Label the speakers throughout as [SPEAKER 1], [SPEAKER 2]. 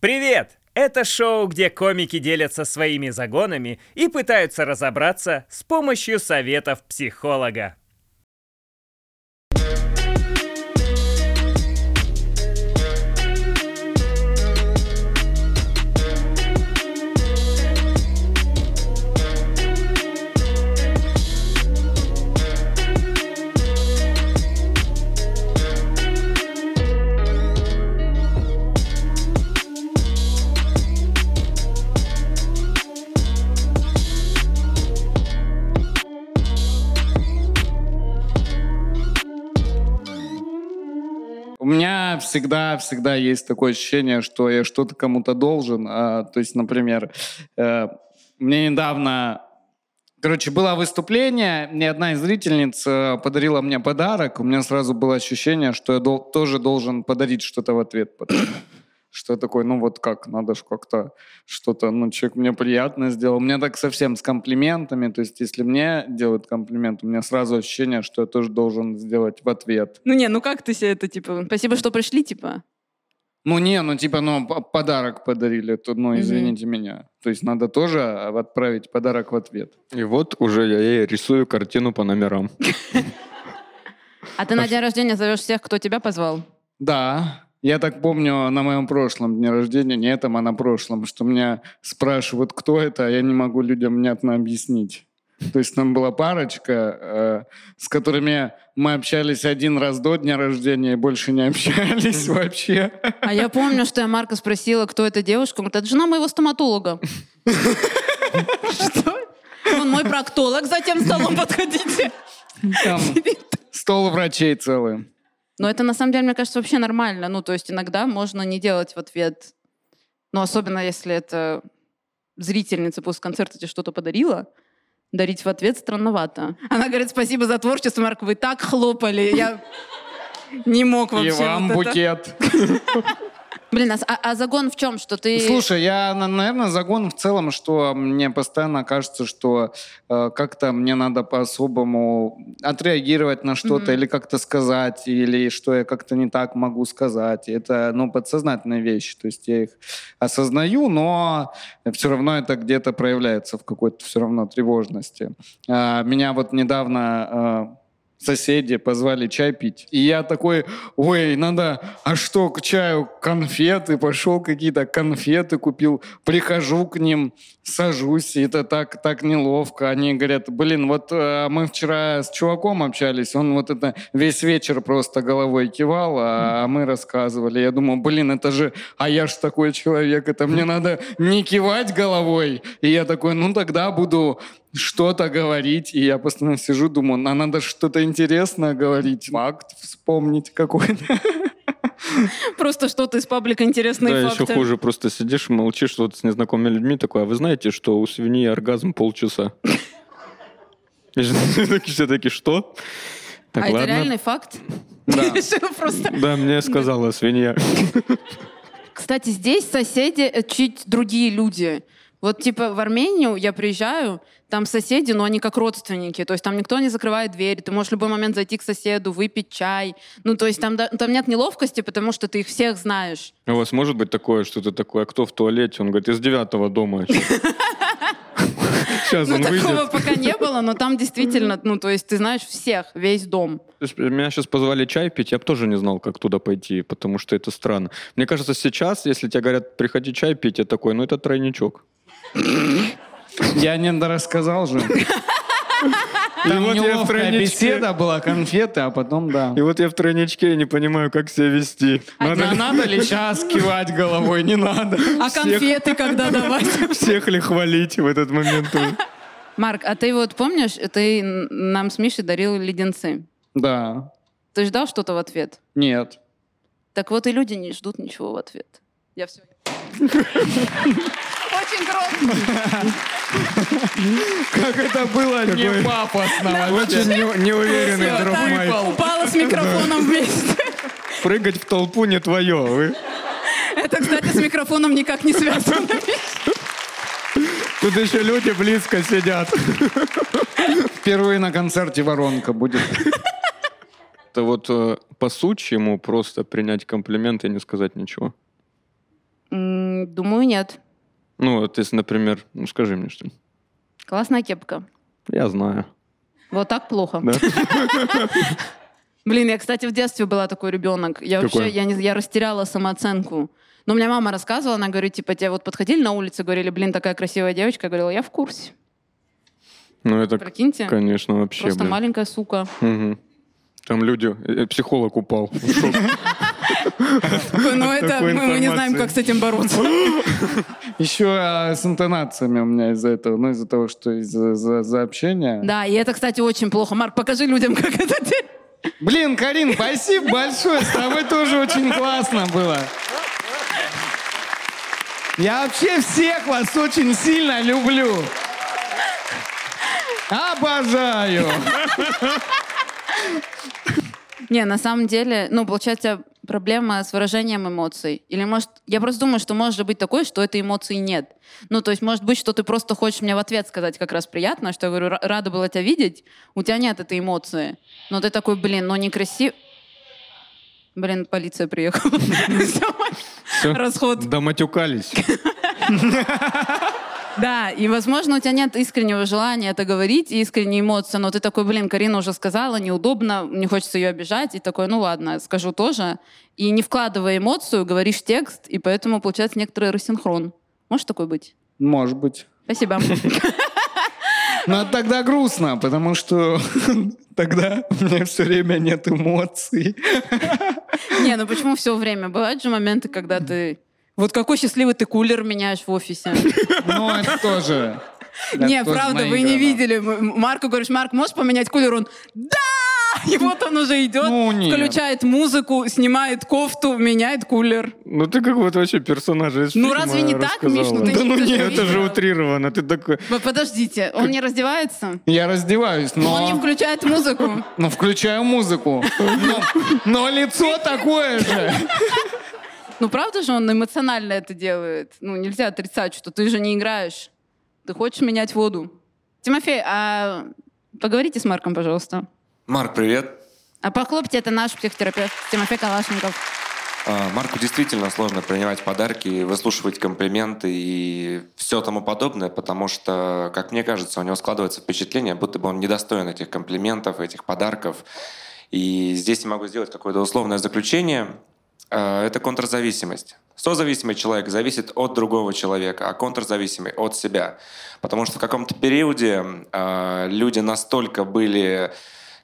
[SPEAKER 1] Привет! Это шоу, где комики делятся своими загонами и пытаются разобраться с помощью советов психолога.
[SPEAKER 2] У меня всегда, всегда есть такое ощущение, что я что-то кому-то должен. А, то есть, например, э, мне недавно, короче, было выступление, мне одна из зрительниц э, подарила мне подарок, у меня сразу было ощущение, что я дол- тоже должен подарить что-то в ответ. потом. Что я такой, ну вот как, надо же как-то что-то, ну человек мне приятно сделал. У меня так совсем с комплиментами, то есть если мне делают комплимент, у меня сразу ощущение, что я тоже должен сделать в ответ.
[SPEAKER 3] Ну не, ну как ты себе это, типа, спасибо, что пришли, типа.
[SPEAKER 2] Ну не, ну типа, ну п- подарок подарили, то, ну
[SPEAKER 3] Мгм.
[SPEAKER 2] извините меня. То есть надо тоже а, отправить подарок в ответ.
[SPEAKER 4] И вот уже я ей рисую картину по номерам.
[SPEAKER 3] А ты на день рождения зовешь всех, кто тебя позвал?
[SPEAKER 2] Да, я так помню на моем прошлом дне рождения, не этом, а на прошлом, что меня спрашивают, кто это, а я не могу людям внятно объяснить. То есть там была парочка, э, с которыми мы общались один раз до дня рождения и больше не общались вообще.
[SPEAKER 3] А я помню, что я Марка спросила, кто эта девушка. Он говорит, это жена моего стоматолога. Что? Он мой проктолог, за тем столом подходите.
[SPEAKER 2] Там стол врачей целый.
[SPEAKER 3] Но это на самом деле, мне кажется, вообще нормально. Ну, то есть иногда можно не делать в ответ. Но особенно если это зрительница после концерта тебе что-то подарила, дарить в ответ странновато. Она говорит, спасибо за творчество, Марк, вы так хлопали, я не мог вообще.
[SPEAKER 2] И вам
[SPEAKER 3] вот это».
[SPEAKER 2] букет.
[SPEAKER 3] Блин, а, с- а- а загон в чем? Что ты...
[SPEAKER 2] Слушай, я, на- наверное, загон в целом, что мне постоянно кажется, что э, как-то мне надо по-особому отреагировать на что-то
[SPEAKER 3] Мгм.
[SPEAKER 2] или как-то сказать, или что я как-то не так могу сказать. И Это, ну, подсознательные вещи, то есть я их осознаю, но все равно это где-то проявляется в какой-то все равно тревожности. А, Меня вот недавно э, соседи позвали чай пить. И я такой, ой, надо, а что, к чаю конфеты? Пошел какие-то конфеты купил. Прихожу к ним, сажусь, и это так, так неловко. Они говорят, блин, вот э, мы вчера с чуваком общались, он вот это весь вечер просто головой кивал, а мы рассказывали. Я думал, блин, это же, а я ж такой человек, это мне надо не кивать головой. И я такой, ну тогда буду что-то говорить, и я постоянно сижу, думаю, а надо что-то интересное говорить, факт вспомнить какой-то.
[SPEAKER 3] Просто что-то из паблика интересные
[SPEAKER 4] Да,
[SPEAKER 3] Ну факты.
[SPEAKER 4] еще хуже, просто сидишь, молчишь вот с незнакомыми людьми, такой, а вы знаете, что у свиньи оргазм полчаса? И Все такие, что? Так,
[SPEAKER 3] а это
[SPEAKER 4] ладно.
[SPEAKER 3] реальный факт? Ты решила просто...
[SPEAKER 4] Да, мне сказала свинья.
[SPEAKER 3] Кстати, здесь соседи э, чуть другие люди. Вот типа в Армению я приезжаю, там соседи, но они как родственники. То есть там никто не закрывает дверь. Ты можешь в любой момент зайти к соседу, выпить чай. Ну, то есть там, да- там нет неловкости, потому что ты их всех знаешь.
[SPEAKER 4] У вас может быть такое, что ты такой, а кто в туалете? Он говорит, из девятого дома. Сейчас
[SPEAKER 3] ну,
[SPEAKER 4] он
[SPEAKER 3] такого
[SPEAKER 4] выйдет.
[SPEAKER 3] пока не было, но там действительно, ну, то есть ты знаешь всех, весь дом.
[SPEAKER 4] То есть э, Меня сейчас позвали чай пить, я бы тоже не знал, как туда пойти, потому что это странно. Мне кажется, сейчас, если тебе говорят, приходи чай пить, я такой, ну это тройничок.
[SPEAKER 2] Я не рассказал же. Там
[SPEAKER 4] вот я в
[SPEAKER 2] неловкая
[SPEAKER 4] тройничке.
[SPEAKER 2] беседа была, конфеты, а потом, да.
[SPEAKER 4] И вот я в тройничке, я не понимаю, как себя вести.
[SPEAKER 2] Надо, ли- надо ли сейчас кивать головой? Не надо.
[SPEAKER 3] А конфеты когда давать?
[SPEAKER 4] Всех ли хвалить в этот момент? тоже?
[SPEAKER 3] Марк, а ты вот помнишь, ты н- нам с Мишей дарил леденцы.
[SPEAKER 2] Да.
[SPEAKER 3] Ты ждал что-то в ответ?
[SPEAKER 2] Нет.
[SPEAKER 3] Так вот и люди не ждут ничего в ответ. Я все. Очень громко.
[SPEAKER 2] Как это было не пафосно
[SPEAKER 4] Очень не- неуверенный друг мой.
[SPEAKER 3] Упала с микрофоном вместе.
[SPEAKER 4] Прыгать в толпу не твое. Вы-
[SPEAKER 3] Это, кстати, с микрофоном никак не связано.
[SPEAKER 4] Тут еще люди близко сидят.
[SPEAKER 2] Впервые на концерте воронка будет.
[SPEAKER 4] Это вот э, по сути ему просто принять комплимент и не сказать ничего.
[SPEAKER 3] М, Думаю, нет.
[SPEAKER 4] Ну, вот если, например, ну скажи мне что
[SPEAKER 3] Классная кепка.
[SPEAKER 4] Я знаю.
[SPEAKER 3] Вот так плохо.
[SPEAKER 4] Да?
[SPEAKER 3] Блин, я, кстати, в детстве была такой ребенок. Я
[SPEAKER 4] Какой?
[SPEAKER 3] вообще, я, не, я растеряла самооценку. Но мне мама рассказывала, она говорит, типа, тебе вот подходили на улице, говорили, блин, такая красивая девочка. Я говорила, я в курсе.
[SPEAKER 4] Ну, это,
[SPEAKER 3] Прикиньте,
[SPEAKER 4] конечно, вообще,
[SPEAKER 3] просто
[SPEAKER 4] блин.
[SPEAKER 3] маленькая сука.
[SPEAKER 4] Мгм. Там люди... э, э, Психолог упал. Ушел.
[SPEAKER 3] Ну это,
[SPEAKER 2] такой
[SPEAKER 3] мы мы не знаем,
[SPEAKER 2] информации.
[SPEAKER 3] как с этим бороться.
[SPEAKER 2] Еще а, с интонациями у меня из-за этого, ну из-за того, что из-за за- за общения.
[SPEAKER 3] Да, и это, кстати, очень плохо. Марк, покажи людям, как это делать.
[SPEAKER 2] Блин, Карин, спасибо большое, с тобой тоже очень классно было. Я вообще всех вас очень сильно люблю. Обожаю.
[SPEAKER 3] Не, на самом деле, ну, получается, у тебя проблема с выражением эмоций. Или, может, я просто думаю, что может же быть такое, что этой эмоции нет. Ну, то есть, может быть, что ты просто хочешь мне в ответ сказать как раз приятно, что я говорю, «Ра- рада была тебя видеть, у тебя нет этой эмоции. Но ты такой, блин, ну некрасив... Блин, полиция приехала. Всё,
[SPEAKER 4] Всё.
[SPEAKER 3] Расход.
[SPEAKER 4] Доматюкались.
[SPEAKER 3] Да, и, возможно, у тебя нет искреннего желания это говорить, и искренней эмоции, но ты такой, блин, Карина уже сказала, неудобно, не хочется ее обижать, и такой, ну ладно, скажу тоже. И не вкладывая эмоцию, говоришь текст, и поэтому получается некоторый рассинхрон. Может такой быть?
[SPEAKER 2] Может быть.
[SPEAKER 3] Спасибо.
[SPEAKER 2] Но тогда грустно, потому что тогда у меня все время нет эмоций.
[SPEAKER 3] Не, ну почему все время? Бывают же моменты, когда ты... Вот какой счастливый ты кулер меняешь в офисе.
[SPEAKER 2] Ну, это тоже. это
[SPEAKER 3] Не,
[SPEAKER 2] тоже
[SPEAKER 3] правда,
[SPEAKER 2] мои
[SPEAKER 3] вы не
[SPEAKER 2] города.
[SPEAKER 3] видели. М- Марку говоришь, Марк, можешь поменять кулер? Он, да! И вот он уже идет,
[SPEAKER 2] Ну, нет.
[SPEAKER 3] включает музыку, снимает кофту, меняет кулер.
[SPEAKER 4] Ну ты как вот вообще персонаж из
[SPEAKER 3] Ну,
[SPEAKER 4] фильма
[SPEAKER 3] разве не так,
[SPEAKER 4] рассказала.
[SPEAKER 3] Миш? Ну, ты
[SPEAKER 4] Да
[SPEAKER 3] не-
[SPEAKER 4] ну
[SPEAKER 3] ты же
[SPEAKER 4] нет, это же
[SPEAKER 3] видел.
[SPEAKER 4] утрировано. Ты такой...
[SPEAKER 3] Вы Подождите, он не раздевается?
[SPEAKER 2] Я раздеваюсь,
[SPEAKER 3] Он не
[SPEAKER 2] но,
[SPEAKER 3] включает музыку.
[SPEAKER 2] но Ну, включаю музыку. Но, но лицо такое же.
[SPEAKER 3] Ну, правда же он эмоционально это делает? Ну, нельзя отрицать, что ты же не играешь. Ты хочешь менять воду. Тимофей, а поговорите с Марком, пожалуйста.
[SPEAKER 5] Марк, привет.
[SPEAKER 3] А похлопьте, это наш психотерапевт Тимофей Калашников.
[SPEAKER 5] А, Марку действительно сложно принимать подарки, выслушивать комплименты и все тому подобное, потому что, как мне кажется, у него складывается впечатление, будто бы он недостоин этих комплиментов, этих подарков. И здесь я могу сделать какое-то условное заключение. А, Это контрзависимость. Созависимый человек зависит от другого человека, а контрзависимый от себя. Потому что в каком-то периоде а, люди настолько были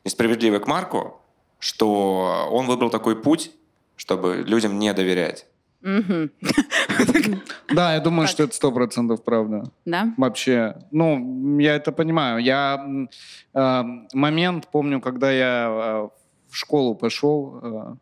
[SPEAKER 5] несправедливы к Марку, что он выбрал такой путь, чтобы людям не доверять.
[SPEAKER 3] Мгм.
[SPEAKER 2] Да, я думаю,
[SPEAKER 3] Так.
[SPEAKER 2] что это сто процентов правда.
[SPEAKER 3] Да?
[SPEAKER 2] Вообще, ну, я это понимаю. Я м, э, момент помню, когда я э, в школу пошел. э,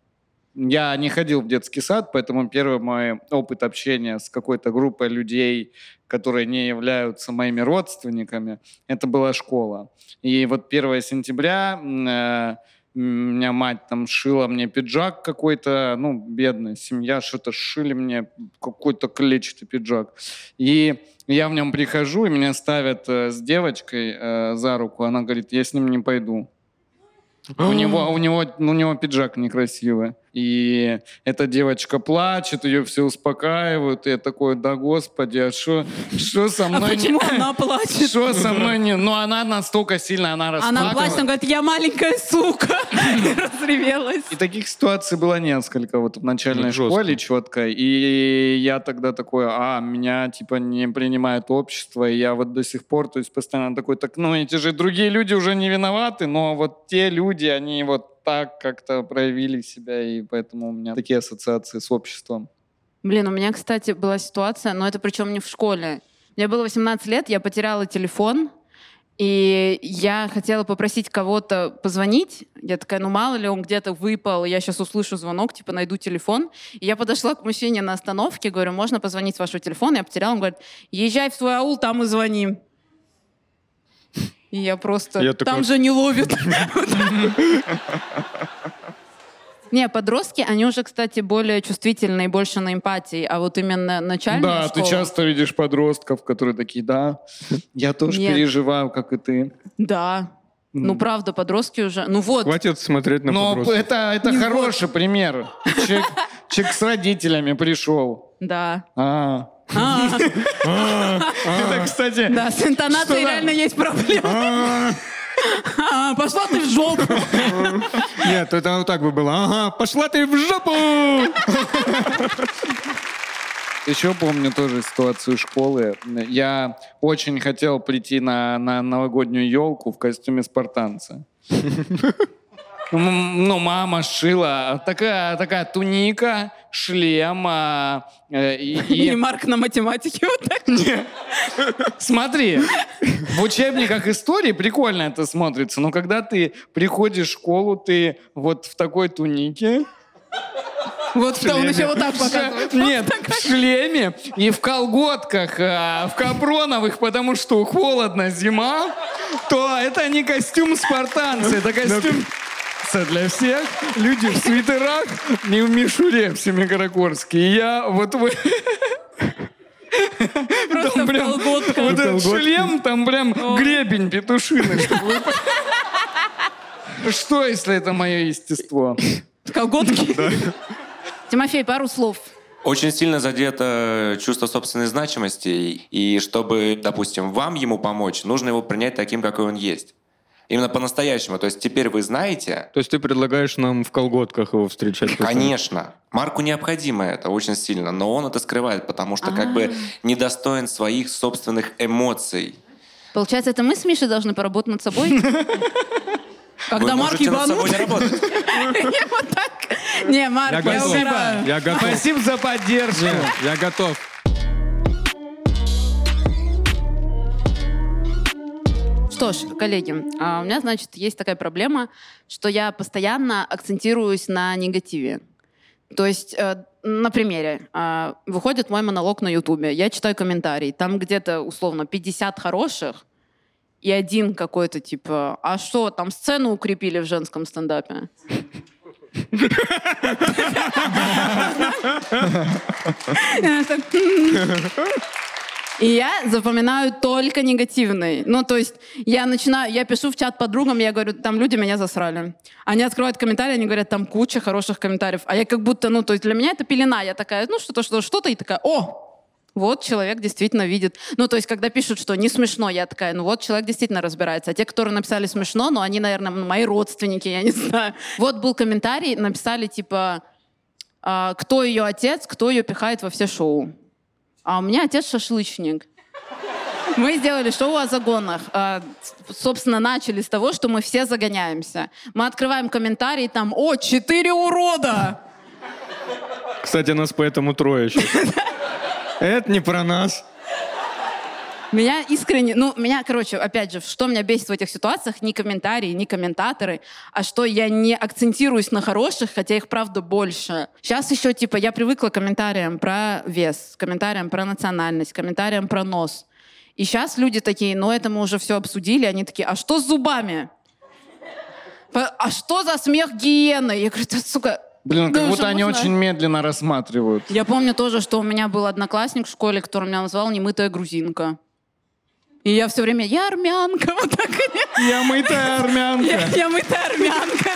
[SPEAKER 2] я не ходил в детский сад, поэтому первый мой опыт общения с какой-то группой людей, которые не являются моими родственниками, это была школа. И вот 1 сентября м, э, у меня мать там шила мне пиджак какой-то, ну, бедная семья, что-то шили мне какой-то клетчатый пиджак. И я в нем прихожу, и меня ставят э, с девочкой э, за руку. Она говорит, я с ним не пойду. У
[SPEAKER 4] А.
[SPEAKER 2] него, у, него, ну, у него пиджак некрасивый. И эта девочка плачет, ее все успокаивают. И я такой, да господи, а что со
[SPEAKER 3] А
[SPEAKER 2] мной... Ну, не-
[SPEAKER 3] почему она плачет?
[SPEAKER 2] Что со мной не... Ну, она настолько сильно, она
[SPEAKER 3] Она
[SPEAKER 2] расплакалась.
[SPEAKER 3] плачет, она говорит, я маленькая сука. И разревелась.
[SPEAKER 2] И таких ситуаций было несколько вот в начальной
[SPEAKER 4] Ну, жестко.
[SPEAKER 2] школе четко. И я тогда такой, а, меня типа не принимает общество. И я вот до сих пор, то есть постоянно такой, так, ну эти же другие люди уже не виноваты, но вот те люди, они вот так как-то проявили себя, и поэтому у меня такие ассоциации с обществом.
[SPEAKER 3] Блин, у меня, кстати, была ситуация, но это причем не в школе. Мне было 18 лет, я потеряла телефон, и я хотела попросить кого-то позвонить. Я такая, ну мало ли, он где-то выпал, я сейчас услышу звонок, типа найду телефон. И я подошла к мужчине на остановке, говорю, можно позвонить с вашего телефона? Я потеряла, он говорит, езжай в свой аул, там и звони. И я просто,
[SPEAKER 4] Я такой-
[SPEAKER 3] там же не ловит. Не, подростки, они уже, кстати, более чувствительны и больше на эмпатии, а вот именно начальная
[SPEAKER 2] да,
[SPEAKER 3] школа...
[SPEAKER 2] ты часто видишь подростков, которые такие, да, я тоже
[SPEAKER 3] Нет.
[SPEAKER 2] переживаю, как и ты.
[SPEAKER 3] Да. Ну, правда, подростки уже... Ну вот,
[SPEAKER 4] Хватит смотреть на
[SPEAKER 2] Но
[SPEAKER 4] подростков.
[SPEAKER 2] это, это
[SPEAKER 3] Не
[SPEAKER 2] хороший пример. Человек, человек с родителями пришел.
[SPEAKER 3] да.
[SPEAKER 2] А,
[SPEAKER 3] А,
[SPEAKER 2] Это, кстати,
[SPEAKER 3] Да, с интонацией реально есть проблема. А, Пошла ты в жопу.
[SPEAKER 4] Нет, это вот так бы было. Ага, пошла ты в жопу!
[SPEAKER 2] Еще помню тоже ситуацию школы. Я очень хотел прийти на, на новогоднюю елку в костюме спартанца. М, Ну, мама шила. а Такая, такая туника, шлем. а, э, и- и-
[SPEAKER 3] И Марк на математике вот так.
[SPEAKER 2] Смотри, в учебниках истории прикольно это смотрится, но когда ты приходишь в школу, ты вот в такой тунике,
[SPEAKER 3] Вот что он
[SPEAKER 2] шлеме.
[SPEAKER 3] еще вот так
[SPEAKER 2] В
[SPEAKER 3] показывает.
[SPEAKER 2] шле- Нет, в шлеме и в колготках, а, в капроновых, потому что холодно, зима, то это не костюм спартанца,
[SPEAKER 3] Ну,
[SPEAKER 2] это костюм для всех. Люди в свитерах, не в мишуре в Семикаракорске. И я вот в
[SPEAKER 3] Просто в
[SPEAKER 2] прям-
[SPEAKER 3] колготках.
[SPEAKER 2] вот этот шлем, там прям гребень петушиный. чтобы вы понимали. Что, если это мое естество?
[SPEAKER 3] Колготки. Тимофей, пару слов.
[SPEAKER 5] Очень сильно задето чувство собственной значимости, и чтобы, допустим, вам ему помочь, нужно его принять таким, какой он есть. Именно по-настоящему. То есть теперь вы знаете,
[SPEAKER 4] То есть ты предлагаешь нам в колготках его встречать?
[SPEAKER 5] Конечно. Марку необходимо это очень сильно, но он это скрывает, потому что как бы
[SPEAKER 3] А.
[SPEAKER 5] недостоин своих собственных эмоций.
[SPEAKER 3] Получается, это мы с Мишей должны поработать над собой? Когда
[SPEAKER 5] Вы
[SPEAKER 3] Марк
[SPEAKER 5] можете над собой
[SPEAKER 3] ебанут,
[SPEAKER 5] не работать.
[SPEAKER 3] я вот так. Не, Марк, я
[SPEAKER 4] готов.
[SPEAKER 3] умираю.
[SPEAKER 4] Я готов.
[SPEAKER 2] Спасибо за поддержку.
[SPEAKER 4] Я готов.
[SPEAKER 3] Что ж, коллеги, а, у меня, значит, есть такая проблема, что я постоянно акцентируюсь на негативе. То есть, э, на примере, э, выходит мой монолог на Ютубе, я читаю комментарии, там где-то, условно, 50 хороших и один какой-то, типа, а что, там сцену укрепили в женском стендапе? Я так, и я запоминаю только негативный. Ну, то есть я начинаю, я пишу в чат подругам, я говорю, там люди меня засрали. Они открывают комментарии, они говорят, там куча хороших комментариев. А я как будто, ну, то есть для меня это пелена. Я такая, ну, что-то, что-то, что-то, и такая, о, вот человек действительно видит. Ну, то есть, когда пишут, что не смешно, я такая, ну вот человек действительно разбирается. А те, которые написали смешно, ну, они, наверное, мои родственники, я не знаю. Вот был комментарий, написали, типа, а, кто ее отец, кто ее пихает во все шоу. А у меня отец шашлычник. Мы сделали шоу о загонах. А, с- Собственно, начали с того, что мы все загоняемся. Мы открываем комментарии, там, о, четыре урода!
[SPEAKER 4] Кстати, нас поэтому трое еще. Это не про нас.
[SPEAKER 3] Меня искренне, ну, меня, короче, опять же, что меня бесит в этих ситуациях, не комментарии, не комментаторы, а что я не акцентируюсь на хороших, хотя их, правда, больше. Сейчас еще, типа, я привыкла к комментариям про вес, комментариям про национальность, комментариям про нос. И сейчас люди такие, ну, это мы уже все обсудили, они такие, а что с зубами? По- А что за смех гиены? Я говорю, «Да, сука,
[SPEAKER 2] Блин,
[SPEAKER 3] да
[SPEAKER 2] как
[SPEAKER 3] уже
[SPEAKER 2] будто они
[SPEAKER 3] можно?»
[SPEAKER 2] очень медленно рассматривают.
[SPEAKER 3] Я помню тоже, что у меня был одноклассник в школе, который меня назвал немытая грузинка. И я все время, я армянка, вот так.
[SPEAKER 2] Я мытая армянка.
[SPEAKER 3] Я, я мытая армянка.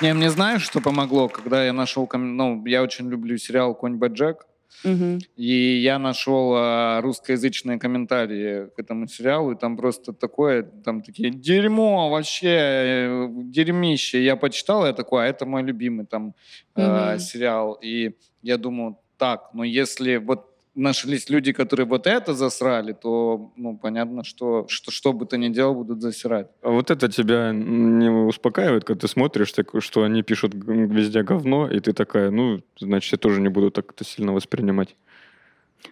[SPEAKER 2] Не, мне знаешь, что помогло, когда я нашел... ком- Ну, я очень люблю сериал «Конь Баджак», и я нашел а, русскоязычные комментарии к этому сериалу, и там просто такое, там такие, дерьмо вообще, э, дерьмище. Я почитал, я такой, а это мой любимый там э,
[SPEAKER 3] Мгм.
[SPEAKER 2] сериал. И я думаю, так, ну если вот нашлись люди, которые вот это засрали, то, ну, понятно, что что, что бы ты ни делал, будут засирать.
[SPEAKER 4] А вот это тебя не успокаивает, когда ты смотришь, так, что они пишут г- везде говно, и ты такая, ну, значит, я тоже не буду так это сильно воспринимать.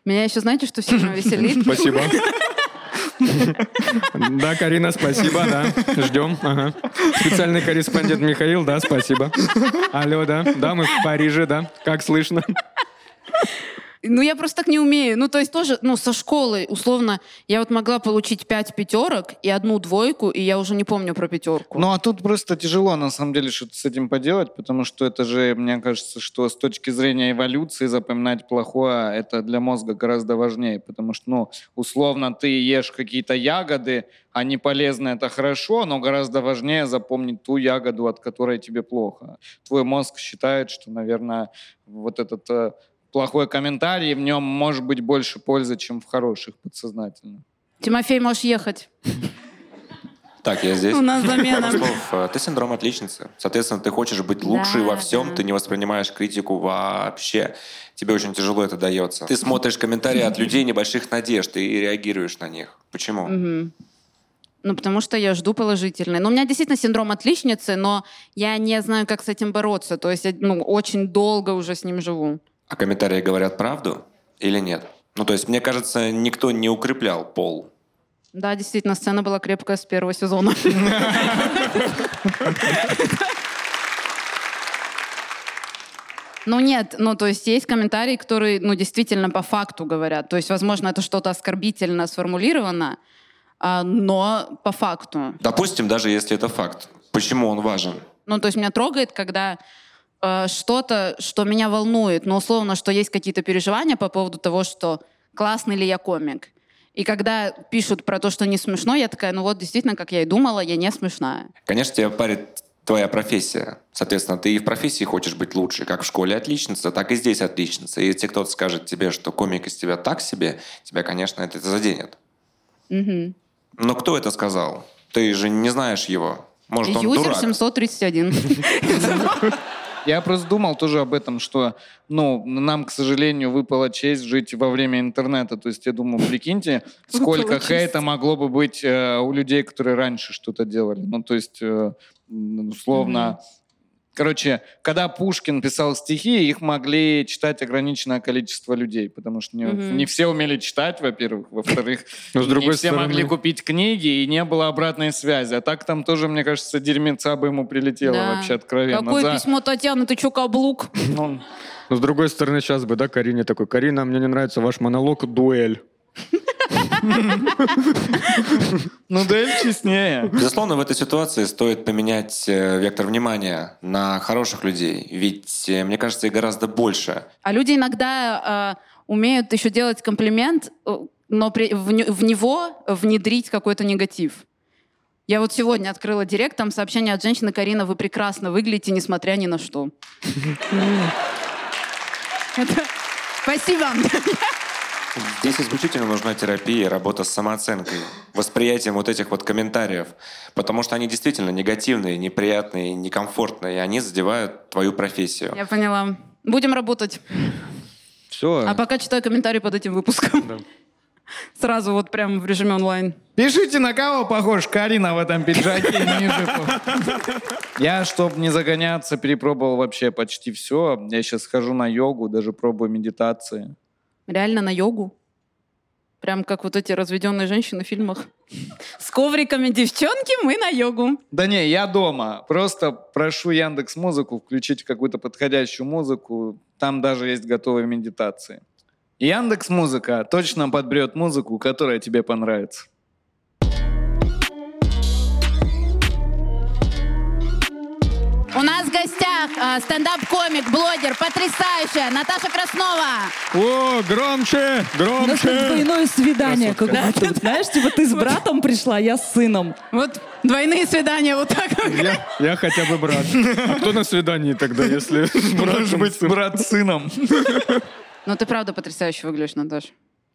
[SPEAKER 3] Меня еще, знаете, что сильно веселит?
[SPEAKER 4] Спасибо. Да, Карина, спасибо, да. Ждем. Ага. Специальный корреспондент Михаил, да, спасибо. Алло, да. Да, мы в Париже, да. Как слышно?
[SPEAKER 3] Ну, я просто так не умею. Ну, то есть тоже, ну, со школы, условно, я вот могла получить пять пятерок и одну двойку, и я уже не помню про пятерку.
[SPEAKER 2] Ну, а тут просто тяжело, на самом деле, что-то с этим поделать, потому что это же, мне кажется, что с точки зрения эволюции запоминать плохое, это для мозга гораздо важнее, потому что, ну, условно, ты ешь какие-то ягоды, они полезны, это хорошо, но гораздо важнее запомнить ту ягоду, от которой тебе плохо. Твой мозг считает, что, наверное, вот этот э, плохой комментарий, в нем может быть больше пользы, чем в хороших подсознательно.
[SPEAKER 3] Тимофей, можешь ехать.
[SPEAKER 5] Так, я здесь.
[SPEAKER 3] У нас замена.
[SPEAKER 5] Пару слов. Э, Ты синдром отличницы. Соответственно, ты хочешь быть лучше
[SPEAKER 3] Да,
[SPEAKER 5] во всем,
[SPEAKER 3] да.
[SPEAKER 5] ты не воспринимаешь критику вообще. Тебе очень тяжело это дается. Ты смотришь комментарии от людей небольших надежд и реагируешь на них. Почему?
[SPEAKER 3] Мгм. Ну, потому что я жду положительное. Но у меня действительно синдром отличницы, но я не знаю, как с этим бороться. То есть я ну, очень долго уже с ним живу.
[SPEAKER 5] А комментарии говорят правду или нет? Ну, то есть, мне кажется, никто не укреплял пол.
[SPEAKER 3] Да, действительно, сцена была крепкая с первого сезона. Ну нет, ну то есть есть комментарии, которые ну действительно по факту говорят. То есть, возможно, это что-то оскорбительно сформулировано, а, но по факту.
[SPEAKER 5] Допустим, даже если это факт. Почему он важен?
[SPEAKER 3] Ну, то есть меня трогает, когда э, что-то, что меня волнует, но условно, что есть какие-то переживания по поводу того, что классный ли я комик. И когда пишут про то, что не смешно, я такая, ну вот действительно, как я и думала, я не смешная.
[SPEAKER 5] Конечно, тебя парит твоя профессия. Соответственно, ты и в профессии хочешь быть лучше. Как в школе отличница, так и здесь отличница. И если кто-то скажет тебе, что комик из тебя так себе, тебя, конечно, это заденет.
[SPEAKER 3] Мгм.
[SPEAKER 5] Но кто это сказал? Ты же не знаешь его. Может, он
[SPEAKER 3] Юзер
[SPEAKER 5] дурак.
[SPEAKER 3] 731.
[SPEAKER 2] Я просто думал тоже об этом, что, ну, нам, к сожалению, выпала честь жить во время интернета. То есть я думаю, прикиньте, сколько
[SPEAKER 3] Выпала
[SPEAKER 2] хейта могло бы быть э, у людей, которые раньше что-то делали. Ну, то есть, э, м, условно... Короче, когда Пушкин писал стихи, их могли читать ограниченное количество людей, потому что не,
[SPEAKER 3] Мгм.
[SPEAKER 2] не все умели читать, во-первых. Во-вторых,
[SPEAKER 4] Но с
[SPEAKER 2] не
[SPEAKER 4] другой
[SPEAKER 2] все
[SPEAKER 4] стороны...
[SPEAKER 2] могли купить книги, и не было обратной связи. А так там тоже, мне кажется, дерьмеца бы ему прилетело
[SPEAKER 3] Да.
[SPEAKER 2] вообще откровенно.
[SPEAKER 3] Какое
[SPEAKER 2] За-
[SPEAKER 3] письмо, Татьяна, ты чё, каблук?
[SPEAKER 2] Ну,
[SPEAKER 4] Но с другой стороны, сейчас бы, да, Карине такой, Карина, мне не нравится ваш монолог «Дуэль».
[SPEAKER 2] Ну, да и честнее.
[SPEAKER 5] Безусловно, в этой ситуации стоит поменять э, вектор внимания на хороших людей. Ведь, э, мне кажется, их гораздо больше.
[SPEAKER 3] А люди иногда э, умеют еще делать комплимент, э, но при- в, нё- в него внедрить какой-то негатив. Я вот сегодня открыла директ, там сообщение от женщины Карина, вы прекрасно выглядите, несмотря ни на что. Это- Спасибо.
[SPEAKER 5] Здесь исключительно нужна терапия, работа с самооценкой, восприятием вот этих вот комментариев, потому что они действительно негативные, неприятные, некомфортные, и они задевают твою профессию.
[SPEAKER 3] Я поняла. Будем работать.
[SPEAKER 4] Все.
[SPEAKER 3] А пока читаю комментарии под этим выпуском. Сразу вот прям в режиме онлайн.
[SPEAKER 2] Пишите, на кого похож Карина в этом пиджаке ниже. Я, чтобы не загоняться, перепробовал вообще почти все. Я сейчас хожу на йогу, даже пробую медитации.
[SPEAKER 3] Реально на йогу. Прям как вот эти разведенные женщины в фильмах. С ковриками девчонки мы на йогу.
[SPEAKER 2] Да не, я дома. Просто прошу Яндекс Музыку включить какую-то подходящую музыку. Там даже есть готовые медитации. Яндекс Музыка точно подберет музыку, которая тебе понравится.
[SPEAKER 3] У нас в гостях
[SPEAKER 6] а,
[SPEAKER 3] э, стендап-комик, блогер, потрясающая Наташа Краснова.
[SPEAKER 4] О, громче,
[SPEAKER 7] У
[SPEAKER 6] Ну,
[SPEAKER 7] нас как
[SPEAKER 4] громче.
[SPEAKER 7] двойное свидание, как будто. вот, Знаешь, типа ты с братом пришла, я с сыном.
[SPEAKER 3] Вот двойные свидания вот так.
[SPEAKER 4] Я, я хотя бы брат. А кто на свидании тогда, если с
[SPEAKER 2] Может
[SPEAKER 4] братом?
[SPEAKER 2] быть, брат с сыном.
[SPEAKER 3] Ну ты правда потрясающе выглядишь, Наташа.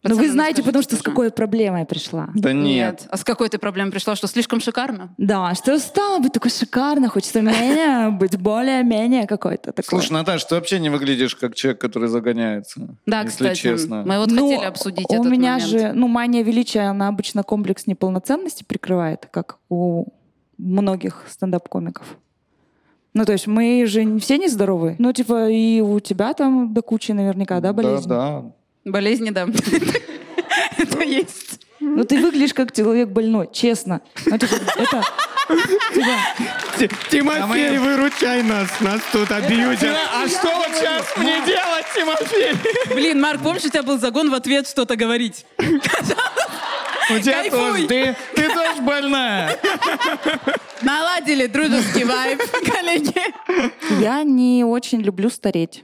[SPEAKER 6] Ну
[SPEAKER 3] Пацаны,
[SPEAKER 6] вы
[SPEAKER 3] ну
[SPEAKER 6] знаете,
[SPEAKER 3] скажите,
[SPEAKER 6] потому что с
[SPEAKER 3] скажи.
[SPEAKER 6] какой проблемой я пришла.
[SPEAKER 2] Да нет.
[SPEAKER 3] Нет. А с какой ты проблемой пришла? Что, слишком шикарно?
[SPEAKER 6] Да, что стало быть такой шикарно, хочется менее быть более-менее какой-то такой.
[SPEAKER 3] ну,
[SPEAKER 2] Слушай, Наташ, ты вообще не выглядишь как человек, который загоняется.
[SPEAKER 3] Да,
[SPEAKER 2] если
[SPEAKER 3] кстати.
[SPEAKER 2] честно.
[SPEAKER 3] Мы вот
[SPEAKER 6] Ну,
[SPEAKER 3] хотели обсудить
[SPEAKER 6] у
[SPEAKER 3] этот
[SPEAKER 6] меня
[SPEAKER 3] момент.
[SPEAKER 6] же, ну, мания величия, она обычно комплекс неполноценности прикрывает, как у многих стендап-комиков. Ну, то есть мы же не- все нездоровы. Ну, типа, и у тебя там до кучи наверняка, да, болезнь?
[SPEAKER 2] Да, да.
[SPEAKER 3] Болезни, да. Это есть.
[SPEAKER 6] Ну, ты выглядишь как человек больной, честно. Ну, типа, это...
[SPEAKER 4] Тимофей, выручай нас, нас тут обьют.
[SPEAKER 2] А что вот сейчас мне делать, Тимофей?
[SPEAKER 7] Блин, Марк, помнишь, у тебя был загон в ответ что-то говорить?
[SPEAKER 2] У тебя тоже,
[SPEAKER 7] Кайфуй.
[SPEAKER 2] ты, ты тоже больная.
[SPEAKER 3] Наладили дружеский вайб, коллеги.
[SPEAKER 6] Я не очень люблю стареть.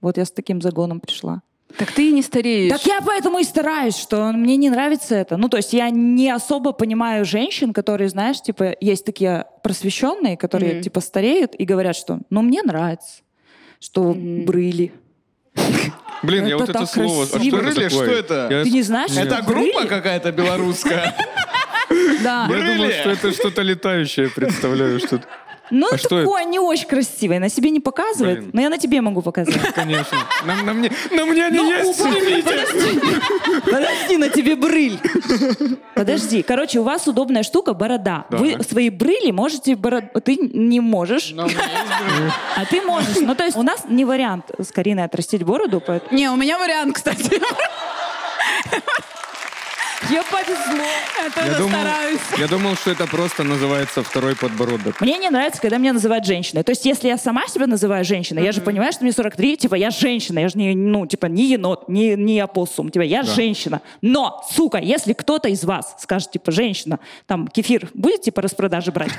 [SPEAKER 6] Вот я с таким загоном пришла.
[SPEAKER 3] Так ты и не стареешь.
[SPEAKER 6] Так я поэтому и стараюсь, что мне не нравится это. Ну, то есть я не особо понимаю женщин, которые, знаешь, типа, есть такие просвещенные, которые,
[SPEAKER 3] Мгм.
[SPEAKER 6] типа, стареют и говорят, что, ну, мне нравится, что
[SPEAKER 3] Мгм.
[SPEAKER 6] брыли.
[SPEAKER 4] Блин, я
[SPEAKER 6] Это
[SPEAKER 4] вот это
[SPEAKER 6] так
[SPEAKER 4] слово... а
[SPEAKER 6] красиво.
[SPEAKER 4] что
[SPEAKER 2] Брыли,
[SPEAKER 4] это такое?
[SPEAKER 2] что это?
[SPEAKER 4] Я
[SPEAKER 6] Ты не знаешь, что
[SPEAKER 2] Это группа какая-то белорусская.
[SPEAKER 6] Да.
[SPEAKER 4] Я думал,
[SPEAKER 2] Брыли.
[SPEAKER 4] что это что-то летающее, представляю, что
[SPEAKER 6] Ну,
[SPEAKER 4] А что это?
[SPEAKER 6] такое не очень красивое. На себе не показывает,
[SPEAKER 4] Блин.
[SPEAKER 6] но я на тебе могу показать.
[SPEAKER 4] Конечно. На, на мне, на мне
[SPEAKER 6] Ну,
[SPEAKER 4] они Ну, есть, снимите.
[SPEAKER 6] Подожди, подожди, на тебе брыль. Подожди, короче, у вас удобная штука борода.
[SPEAKER 4] Да.
[SPEAKER 6] Вы свои брыли можете бород- ты не можешь, а ты можешь. Ну то есть у нас не вариант с Кариной отрастить бороду, поэтому
[SPEAKER 3] Не, у меня вариант, кстати.
[SPEAKER 6] я повезло.
[SPEAKER 4] Я думал, я думал, что это просто называется второй подбородок.
[SPEAKER 6] Мне не нравится, когда меня называют женщиной. То есть, если я сама себя называю женщиной, я же понимаю, что мне 43, типа, я женщина, я же не, ну, типа, не енот, не, не опоссум, типа, я женщина. Но, сука, если кто-то из вас скажет, типа, женщина, там, кефир будете по распродаже брать?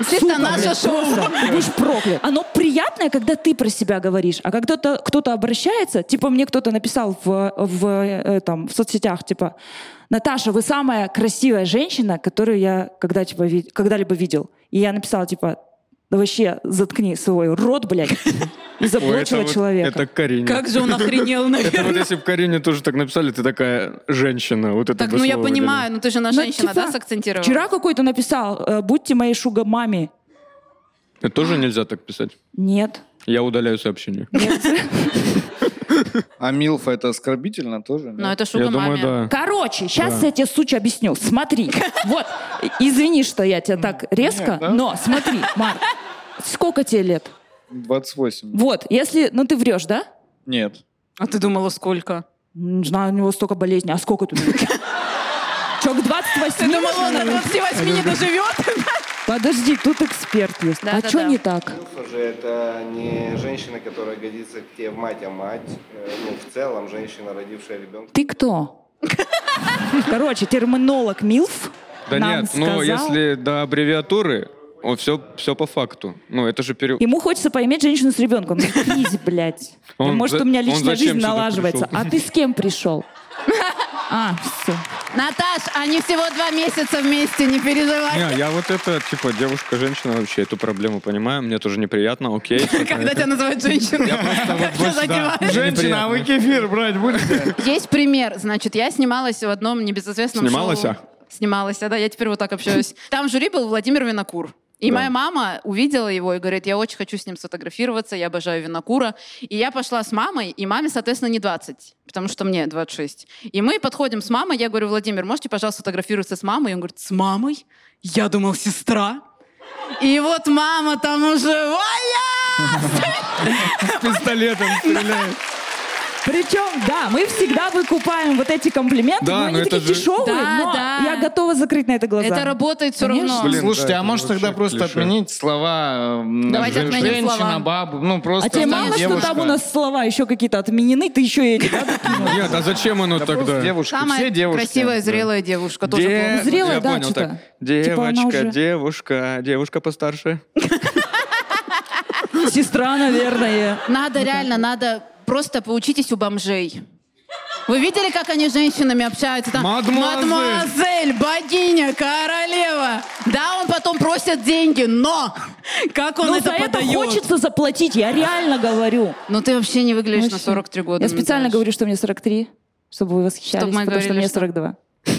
[SPEAKER 3] Это наше шоу.
[SPEAKER 6] ну, Просто, ты будешь проклят. Оно приятное, когда ты про себя говоришь, а когда то кто-то обращается, типа мне кто-то написал в, в, э, там, в соцсетях, типа, Наташа, вы самая красивая женщина, которую я когда, типа, ви- когда-либо видел. И я написала, типа, «Да вообще заткни свой рот, блядь, и
[SPEAKER 4] Ой, это
[SPEAKER 6] заблочила
[SPEAKER 4] вот-
[SPEAKER 6] человека.
[SPEAKER 4] Это Карине.
[SPEAKER 7] Как же он охренел,
[SPEAKER 4] Это вот
[SPEAKER 7] наверное.
[SPEAKER 4] если бы Карине тоже так написали, ты такая женщина. Вот это
[SPEAKER 3] Так,
[SPEAKER 4] бы
[SPEAKER 3] ну я
[SPEAKER 4] слово
[SPEAKER 3] понимаю, ну ты же на
[SPEAKER 6] Ну,
[SPEAKER 3] женщина,
[SPEAKER 6] типа,
[SPEAKER 3] да, сакцентировала?
[SPEAKER 6] Вчера какой-то написал, э, будьте моей шугамами.
[SPEAKER 4] выделили. Это тоже нельзя так писать.
[SPEAKER 6] Нет.
[SPEAKER 4] Я удаляю сообщение.
[SPEAKER 2] А Милф это оскорбительно тоже?
[SPEAKER 3] Но
[SPEAKER 2] нет?
[SPEAKER 3] Ну, это
[SPEAKER 4] Я
[SPEAKER 3] шуга
[SPEAKER 4] думаю,
[SPEAKER 3] маме.
[SPEAKER 4] да.
[SPEAKER 6] Короче, сейчас
[SPEAKER 4] Да.
[SPEAKER 6] я тебе, суча, объясню. Смотри, вот, извини, что я тебя так резко,
[SPEAKER 2] да.
[SPEAKER 6] но смотри, Марк, сколько тебе лет?
[SPEAKER 2] 28.
[SPEAKER 6] Вот, если, ну ты врешь, да?
[SPEAKER 2] Нет.
[SPEAKER 7] А ты думала, сколько?
[SPEAKER 6] Не знаю, у него столько болезней, а сколько ты думаешь? Че, к 28
[SPEAKER 7] Ты думала, он до
[SPEAKER 6] наверное?
[SPEAKER 7] 28 не доживет?
[SPEAKER 6] Подожди, тут эксперт есть.
[SPEAKER 3] Да,
[SPEAKER 6] а
[SPEAKER 3] да,
[SPEAKER 6] что
[SPEAKER 3] да.
[SPEAKER 6] не так?
[SPEAKER 8] Милфа же это не женщина, которая годится к тебе в мать, а мать, э, ну, в целом, женщина, родившая ребенка.
[SPEAKER 6] Ты кто? Короче, терминолог МИЛФ
[SPEAKER 4] Да
[SPEAKER 6] нам
[SPEAKER 4] нет,
[SPEAKER 6] сказал.
[SPEAKER 4] ну если до аббревиатуры, он все, все по факту. Ну это же пере...
[SPEAKER 6] Ему хочется поиметь женщину с ребенком. Заткнись, блядь.
[SPEAKER 4] Он
[SPEAKER 6] Может,
[SPEAKER 4] за-
[SPEAKER 6] у меня
[SPEAKER 4] он
[SPEAKER 6] личная
[SPEAKER 4] зачем
[SPEAKER 6] жизнь
[SPEAKER 4] сюда
[SPEAKER 6] налаживается.
[SPEAKER 4] пришел?
[SPEAKER 6] А ты с кем пришел? А, все.
[SPEAKER 3] Наташ, они всего два месяца вместе, не переживай.
[SPEAKER 4] Не, я вот это, типа, девушка-женщина вообще эту проблему понимаю, мне тоже неприятно, окей.
[SPEAKER 3] Когда тебя называют женщиной, как тебя задевает.
[SPEAKER 2] Женщина, а вы кефир брать будете?
[SPEAKER 3] Есть пример. Значит, я снималась в одном небезызвестном
[SPEAKER 4] Снималась,
[SPEAKER 3] шоу.
[SPEAKER 4] а?
[SPEAKER 3] Снималась, да, я теперь вот так общаюсь. Там в жюри был Владимир Винокур. И моя мама увидела его и говорит, я очень хочу с ним сфотографироваться, я обожаю Винокура. И я пошла с мамой, и маме, соответственно, не 20, потому что мне 26. И мы подходим с мамой, я говорю, Владимир, можете, пожалуйста, сфотографироваться с мамой? И он говорит, с мамой? Я думал, сестра. И вот мама там уже, «Валя!»
[SPEAKER 4] пистолетом стреляет.
[SPEAKER 6] Причем, да, мы всегда выкупаем вот эти комплименты,
[SPEAKER 4] Да,
[SPEAKER 6] но они
[SPEAKER 4] но это
[SPEAKER 6] такие
[SPEAKER 4] же-
[SPEAKER 6] дешевые,
[SPEAKER 3] Да,
[SPEAKER 6] но
[SPEAKER 3] да.
[SPEAKER 6] я готова закрыть на это глаза.
[SPEAKER 3] Это работает все
[SPEAKER 6] Конечно.
[SPEAKER 3] равно.
[SPEAKER 4] Блин,
[SPEAKER 2] Слушайте,
[SPEAKER 4] да,
[SPEAKER 2] а
[SPEAKER 4] это
[SPEAKER 2] может тогда
[SPEAKER 4] вообще
[SPEAKER 2] просто
[SPEAKER 4] клише.
[SPEAKER 2] отменить слова э,
[SPEAKER 3] Давайте
[SPEAKER 2] жен-
[SPEAKER 3] отменим слова.
[SPEAKER 2] женщина, баба, ну
[SPEAKER 6] а
[SPEAKER 2] просто
[SPEAKER 6] тебе
[SPEAKER 2] там
[SPEAKER 6] мало, что
[SPEAKER 2] девушка.
[SPEAKER 6] там у нас слова еще какие-то отменены, ты еще и эти, да?
[SPEAKER 4] Нет, а зачем оно
[SPEAKER 2] Да просто
[SPEAKER 4] тогда?
[SPEAKER 2] девушка,
[SPEAKER 3] Самая
[SPEAKER 2] все девушки.
[SPEAKER 3] красивая,
[SPEAKER 2] Да.
[SPEAKER 3] зрелая девушка. Тоже плохо.
[SPEAKER 6] Де- Зрелая,
[SPEAKER 4] я
[SPEAKER 6] да,
[SPEAKER 4] понял
[SPEAKER 6] что-то.
[SPEAKER 4] так.
[SPEAKER 6] Типа она
[SPEAKER 4] Девочка,
[SPEAKER 6] уже-
[SPEAKER 4] девушка, девушка постарше.
[SPEAKER 6] Сестра, наверное.
[SPEAKER 3] Надо реально, надо просто поучитесь у бомжей. Вы видели, как они с женщинами общаются? Там,
[SPEAKER 4] Мадмуазель.
[SPEAKER 3] «Мадмуазель, богиня, королева. Да, он потом просит деньги, но как он
[SPEAKER 6] Ну,
[SPEAKER 3] это
[SPEAKER 6] за это
[SPEAKER 3] подает?
[SPEAKER 6] хочется заплатить, я реально говорю.
[SPEAKER 3] Ну ты вообще не выглядишь на
[SPEAKER 6] Вообще.
[SPEAKER 3] 43 года.
[SPEAKER 6] Я специально
[SPEAKER 3] Наташ.
[SPEAKER 6] говорю, что мне 43, чтобы вы восхищались,
[SPEAKER 3] Чтобы мы
[SPEAKER 6] потому что
[SPEAKER 3] говорили,
[SPEAKER 6] мне
[SPEAKER 3] что-
[SPEAKER 6] 42.
[SPEAKER 3] Ну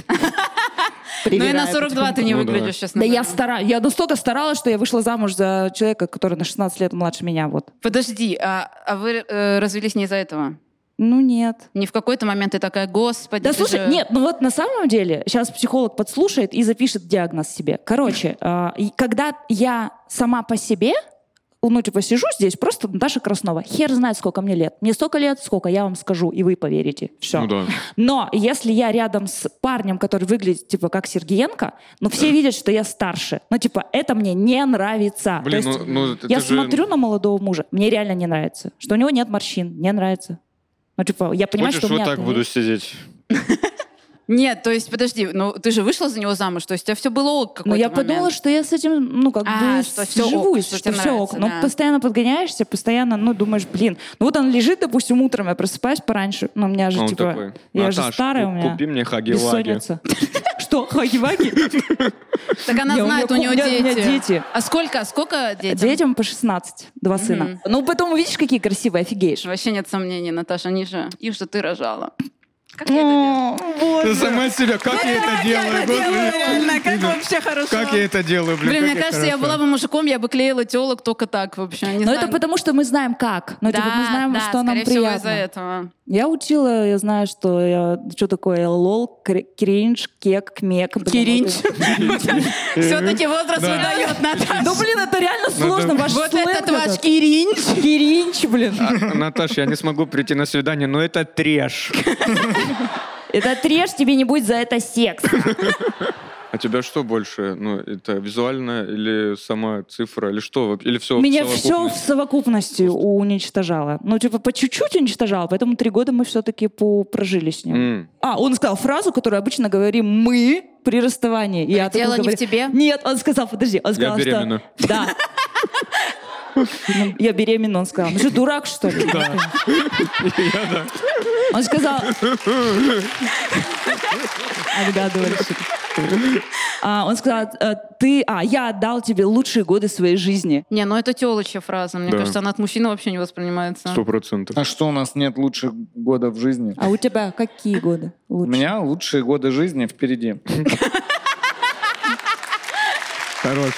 [SPEAKER 3] и
[SPEAKER 6] Привираю
[SPEAKER 3] на 42 ты не
[SPEAKER 4] потихоньку. Ну да.
[SPEAKER 3] выглядишь сейчас.
[SPEAKER 6] Да я
[SPEAKER 3] наверное.
[SPEAKER 6] стараюсь. Я настолько старалась, что я вышла замуж за человека, который на 16 лет младше меня. Вот.
[SPEAKER 3] Подожди, а, а вы э, развелись не из-за этого?
[SPEAKER 6] Ну нет.
[SPEAKER 3] Не в какой-то момент ты такая, господи.
[SPEAKER 6] Да
[SPEAKER 3] ты
[SPEAKER 6] слушай,
[SPEAKER 3] же-
[SPEAKER 6] нет, ну вот на самом деле сейчас психолог подслушает и запишет диагноз себе. Короче, а, и когда я сама по себе, ну типа сижу здесь, просто Наташа Краснова, хер знает сколько мне лет. Мне столько лет, сколько я вам скажу, и вы поверите. Все.
[SPEAKER 4] Ну да.
[SPEAKER 6] Но если я рядом с парнем, который выглядит типа как Сергеенко, ну
[SPEAKER 4] Э.
[SPEAKER 6] все видят, что я старше. Ну типа это мне не нравится.
[SPEAKER 4] Блин,
[SPEAKER 6] То есть
[SPEAKER 4] ну, ну, это
[SPEAKER 6] я
[SPEAKER 4] же-
[SPEAKER 6] смотрю на молодого мужа, мне реально не нравится, что у него нет морщин, не нравится. Ну типа я понимаю,
[SPEAKER 4] Хочешь,
[SPEAKER 6] что у
[SPEAKER 4] вот
[SPEAKER 6] меня
[SPEAKER 4] так
[SPEAKER 6] там
[SPEAKER 4] буду
[SPEAKER 6] есть.
[SPEAKER 4] сидеть?
[SPEAKER 3] Нет, то есть подожди, ну ты же вышла за него замуж, то есть у тебя все было ок
[SPEAKER 6] Ну
[SPEAKER 3] какой-то
[SPEAKER 6] я подумала,
[SPEAKER 3] момент.
[SPEAKER 6] что я с этим, ну как
[SPEAKER 3] А,
[SPEAKER 6] бы,
[SPEAKER 3] что всё ок,
[SPEAKER 6] живусь,
[SPEAKER 3] что
[SPEAKER 6] что,
[SPEAKER 3] тебе
[SPEAKER 6] все
[SPEAKER 3] нравится,
[SPEAKER 6] ок. Но
[SPEAKER 3] да.
[SPEAKER 6] постоянно подгоняешься, постоянно, ну думаешь, блин, ну вот он лежит, допустим, утром, я просыпаюсь пораньше, но у меня же
[SPEAKER 4] А он
[SPEAKER 6] типа,
[SPEAKER 4] такой,
[SPEAKER 6] я же
[SPEAKER 4] «Наташ,
[SPEAKER 6] старая, у
[SPEAKER 4] ку-
[SPEAKER 6] меня
[SPEAKER 4] купи мне хаги-лаги».
[SPEAKER 6] бессонница.
[SPEAKER 7] что, хаги-ваги?
[SPEAKER 3] Так она
[SPEAKER 7] Я- у меня
[SPEAKER 3] знает, у
[SPEAKER 7] ку-
[SPEAKER 3] нее
[SPEAKER 7] у меня- у меня дети.
[SPEAKER 3] дети. А сколько? Сколько детям?
[SPEAKER 6] Детям по 16, два сына. Ну, потом увидишь, какие красивые, офигеешь.
[SPEAKER 3] Вообще нет сомнений, Наташа, они же. И что ты рожала. Как я это делала?
[SPEAKER 6] М, боже.
[SPEAKER 9] Сама себя, как я это делаю? господи.
[SPEAKER 7] Как вообще
[SPEAKER 9] Как
[SPEAKER 7] хорошо.
[SPEAKER 9] я это делаю, блин?
[SPEAKER 3] Блин,
[SPEAKER 9] как
[SPEAKER 3] мне кажется, я
[SPEAKER 9] хорошо.
[SPEAKER 3] была бы мужиком, я бы клеила телок только так вообще. Не
[SPEAKER 6] Но
[SPEAKER 3] знаю.
[SPEAKER 6] Ну, это потому, что мы знаем как. Ну, типа, мы знаем,
[SPEAKER 3] да,
[SPEAKER 6] что нам
[SPEAKER 3] скорее всего,
[SPEAKER 6] приятно.
[SPEAKER 3] из-за этого.
[SPEAKER 6] Я учила, я знаю, что, я- что такое лол, кри- кринж, кек, кмек. блин,
[SPEAKER 7] Киринч.
[SPEAKER 6] вот это.
[SPEAKER 3] Все-таки возраст выдает, Наташа.
[SPEAKER 6] Ну, блин, это реально сложно. Ваш
[SPEAKER 3] Вот
[SPEAKER 6] сленг
[SPEAKER 3] этот ваш
[SPEAKER 6] этот.
[SPEAKER 3] киринч.
[SPEAKER 6] Киринч, блин.
[SPEAKER 9] А, Наташ, я не смогу прийти на свидание, но это треш.
[SPEAKER 6] Это трешь, тебе не будет за это секс.
[SPEAKER 4] А тебя что больше? Ну, это визуально или сама цифра, или что? вообще? Или все
[SPEAKER 6] Меня все в совокупности уничтожало. Ну, типа, по чуть-чуть уничтожало, поэтому три года мы все-таки прожили с ним. А, он сказал фразу, которую обычно говорим мы при расставании. И я такой
[SPEAKER 3] Дело не
[SPEAKER 6] говорю,
[SPEAKER 3] в тебе.
[SPEAKER 6] Нет, он сказал, подожди, он сказал,
[SPEAKER 4] беременна».
[SPEAKER 6] что... Да. Ну, Я беременна, он сказал. Ну что, дурак, что ли? Он сказал... Отгадывальщик. А, Он сказал, э, ты... А, я отдал тебе лучшие годы своей жизни.
[SPEAKER 3] Не, ну это телочья фраза. Мне
[SPEAKER 4] Да.
[SPEAKER 3] кажется, она от мужчины вообще не воспринимается.
[SPEAKER 4] Сто процентов.
[SPEAKER 2] А что у нас нет лучших годов жизни?
[SPEAKER 6] А у тебя какие годы
[SPEAKER 2] У
[SPEAKER 6] лучше?
[SPEAKER 2] меня лучшие годы жизни впереди.
[SPEAKER 9] Хорош.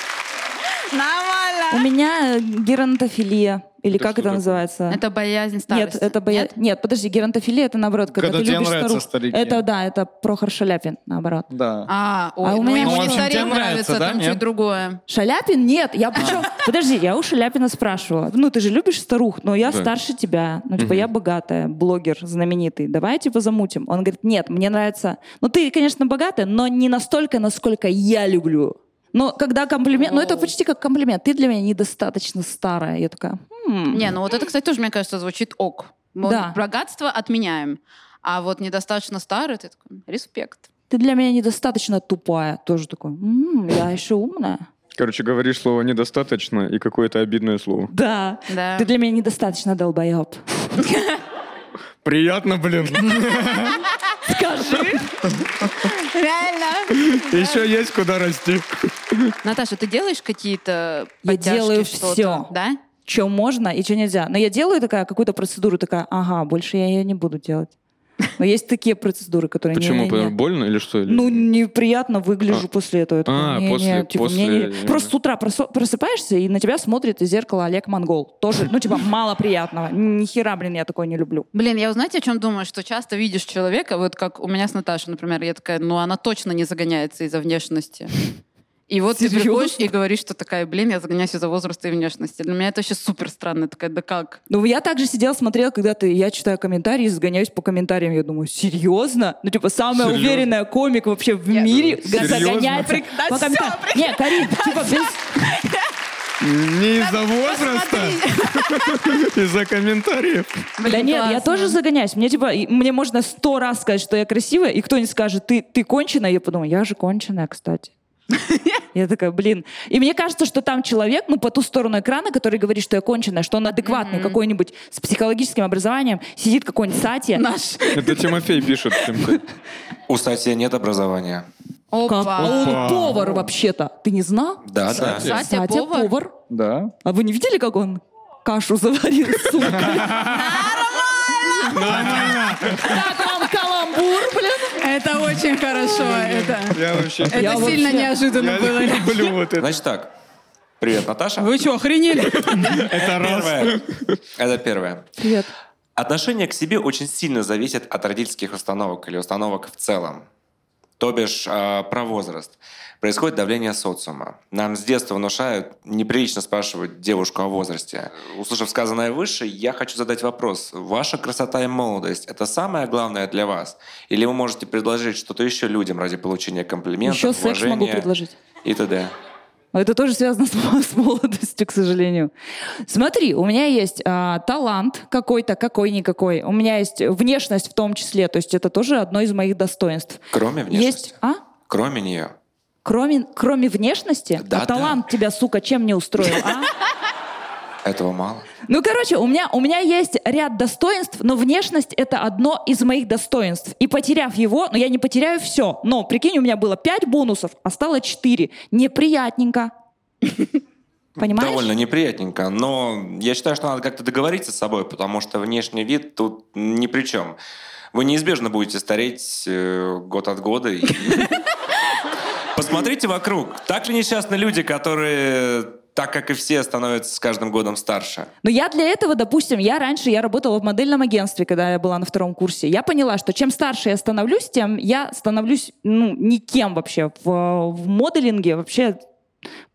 [SPEAKER 6] У меня э, геронтофилия. Или
[SPEAKER 4] Это
[SPEAKER 6] как
[SPEAKER 4] что
[SPEAKER 6] это
[SPEAKER 4] такое?
[SPEAKER 6] называется?
[SPEAKER 3] Это боязнь старости.
[SPEAKER 6] Нет, это боя...
[SPEAKER 3] Нет?
[SPEAKER 6] Нет? подожди, геронтофилия это наоборот, когда,
[SPEAKER 2] Когда
[SPEAKER 6] ты
[SPEAKER 2] тебе
[SPEAKER 6] любишь
[SPEAKER 2] нравятся
[SPEAKER 6] старух.
[SPEAKER 2] старики.
[SPEAKER 6] Это да, это Прохор Шаляпин, наоборот.
[SPEAKER 2] Да.
[SPEAKER 3] А, ой,
[SPEAKER 6] А у
[SPEAKER 3] ну
[SPEAKER 6] меня-
[SPEAKER 3] ему
[SPEAKER 6] Ну, в
[SPEAKER 3] не
[SPEAKER 2] общем, тебе
[SPEAKER 3] старик
[SPEAKER 2] нравится,
[SPEAKER 3] нравится,
[SPEAKER 2] да,
[SPEAKER 3] там
[SPEAKER 2] нет?
[SPEAKER 3] чуть другое.
[SPEAKER 6] Шаляпин? Нет,
[SPEAKER 3] А.
[SPEAKER 6] я причем... Подожди, я у Шаляпина спрашивала. Ну, ты же любишь старух, но я
[SPEAKER 4] Да.
[SPEAKER 6] старше тебя. Ну, типа, я богатая, блогер знаменитый. Давай, типа, замутим. Он говорит, нет, мне нравится... Ну, ты, конечно, богатая, но не настолько, насколько я люблю. Но когда комплимент... Ну, это
[SPEAKER 3] Воу.
[SPEAKER 6] почти как комплимент. Ты для меня недостаточно старая. Я такая... «Хм, «М».
[SPEAKER 3] Не, ну вот это, кстати, тоже, мне кажется, звучит ок. Мы
[SPEAKER 6] Да.
[SPEAKER 3] вот богатство отменяем. А вот недостаточно старый, ты такой, респект.
[SPEAKER 6] Ты для меня недостаточно тупая. Тоже такой, «М, я еще умная.
[SPEAKER 4] Короче, говоришь слово недостаточно и какое-то обидное слово.
[SPEAKER 6] Да.
[SPEAKER 3] Да.
[SPEAKER 6] Ты для меня недостаточно долбоеб.
[SPEAKER 9] Приятно, блин.
[SPEAKER 6] Скажи.
[SPEAKER 3] Реально?
[SPEAKER 9] Еще есть куда расти.
[SPEAKER 3] Наташа, ты делаешь какие-то
[SPEAKER 6] Я
[SPEAKER 3] подтяжки,
[SPEAKER 6] делаю
[SPEAKER 3] что-то?
[SPEAKER 6] всё.
[SPEAKER 3] Да?
[SPEAKER 6] Что можно и что нельзя. Но я делаю такая какую-то процедуру, такая, ага, больше я ее не буду делать. Но есть такие процедуры, которые не-
[SPEAKER 4] Почему?
[SPEAKER 6] не-
[SPEAKER 4] Потому-
[SPEAKER 6] не.
[SPEAKER 4] Больно или что? Или-
[SPEAKER 6] Ну, неприятно выгляжу
[SPEAKER 4] А.
[SPEAKER 6] после этого. Я такая,
[SPEAKER 4] А,
[SPEAKER 6] «Не, не,
[SPEAKER 4] после-
[SPEAKER 6] типа,
[SPEAKER 4] после-
[SPEAKER 6] мне не». Просто с утра просо- просыпаешься, и на тебя смотрит из зеркала Олег Монгол. Тоже, ну, типа, мало приятного. Ни хера, блин, я такое не люблю.
[SPEAKER 3] Блин, я вот знаете, о чем думаю? Что часто видишь человека, вот как у меня с Наташей, например, я такая, ну она точно не загоняется из-за внешности. И вот ты
[SPEAKER 6] Серьёзно?
[SPEAKER 3] приходишь и говоришь, что такая, блин, я загоняюсь из-за возраста и внешности. Для меня это вообще супер странно. Я Такая, да как?
[SPEAKER 6] Ну, я также сидела, смотрела, когда ты, я читаю комментарии, загоняюсь по комментариям, я думаю, серьезно? Ну, типа, самая
[SPEAKER 4] Серьёзно?
[SPEAKER 6] уверенная комик вообще в мире га-
[SPEAKER 9] Серьёзно?
[SPEAKER 6] загоняется
[SPEAKER 7] Да
[SPEAKER 6] по
[SPEAKER 7] всё,
[SPEAKER 6] комментариям. Не, Карин, типа, без-
[SPEAKER 9] Не из-за возраста, а из-за комментариев.
[SPEAKER 3] Блин,
[SPEAKER 6] Да нет, я
[SPEAKER 3] классно.
[SPEAKER 6] тоже загоняюсь. Мне, типа, и- мне можно сто раз сказать, что я красивая, и кто-нибудь скажет, ты, ты конченая, я подумаю, я же конченая, кстати. Я такая, блин. И мне кажется, что там человек, ну, по ту сторону экрана, который говорит, что я конченая, что он адекватный какой-нибудь с психологическим образованием, сидит какой-нибудь Сатья.
[SPEAKER 3] Наш.
[SPEAKER 4] Это Тимофей пишет. Тимка.
[SPEAKER 5] У Сати нет образования.
[SPEAKER 6] Как? А
[SPEAKER 3] Опа.
[SPEAKER 6] он повар вообще-то. Ты не знал?
[SPEAKER 5] Да, да.
[SPEAKER 3] Сатя повар?
[SPEAKER 2] Да.
[SPEAKER 6] А вы не видели, как он кашу заварил, сука? Как он каламбур, блин?
[SPEAKER 3] Это очень хорошо. Это,
[SPEAKER 9] Я вообще...
[SPEAKER 3] это
[SPEAKER 6] Я
[SPEAKER 3] сильно
[SPEAKER 6] вообще-
[SPEAKER 3] неожиданно
[SPEAKER 9] Я
[SPEAKER 3] Ну, было.
[SPEAKER 9] люблю вот это.
[SPEAKER 5] Значит так. Привет, Наташа.
[SPEAKER 7] Вы что, охренели?
[SPEAKER 9] Это раз.
[SPEAKER 5] Первое. Это первое.
[SPEAKER 6] Привет.
[SPEAKER 5] Отношение к себе очень сильно зависит от родительских установок или установок в целом. То бишь, э, про возраст. Происходит давление социума. Нам с детства внушают неприлично спрашивать девушку о возрасте. Услышав сказанное выше, я хочу задать вопрос. Ваша красота и молодость – это самое главное для вас? Или вы можете предложить что-то еще людям ради получения комплиментов,
[SPEAKER 6] Еще секс могу
[SPEAKER 5] уважения
[SPEAKER 6] предложить.
[SPEAKER 5] и т.д.?
[SPEAKER 6] Но Это тоже связано с, мо- с молодостью, к сожалению. Смотри, у меня есть а, талант какой-то, какой-никакой. У меня есть внешность в том числе. То есть это тоже одно из моих достоинств.
[SPEAKER 5] Кроме внешности.
[SPEAKER 6] Есть, а?
[SPEAKER 5] Кроме нее.
[SPEAKER 6] Кроме, кроме внешности?
[SPEAKER 5] Да,
[SPEAKER 6] а талант тебя, сука, чем не устроил, а?
[SPEAKER 5] Этого мало.
[SPEAKER 6] Ну, короче, у меня, у меня есть ряд достоинств, но внешность — это одно из моих достоинств. И потеряв его, ну, я не потеряю все. Но, прикинь, у меня было 5 бонусов, а стало 4. Неприятненько. Понимаешь?
[SPEAKER 5] Довольно неприятненько, но я считаю, что надо как-то договориться с собой, потому что внешний вид тут ни при чем. Вы неизбежно будете стареть э, год от года. и- Посмотрите вокруг. Так ли несчастны люди, которые, так как и все, становятся с каждым годом старше?
[SPEAKER 6] Но я для этого, допустим, я раньше я работала в модельном агентстве, когда я была на втором курсе. Я поняла, что чем старше я становлюсь, тем я становлюсь ну, никем вообще в, в моделинге. Вообще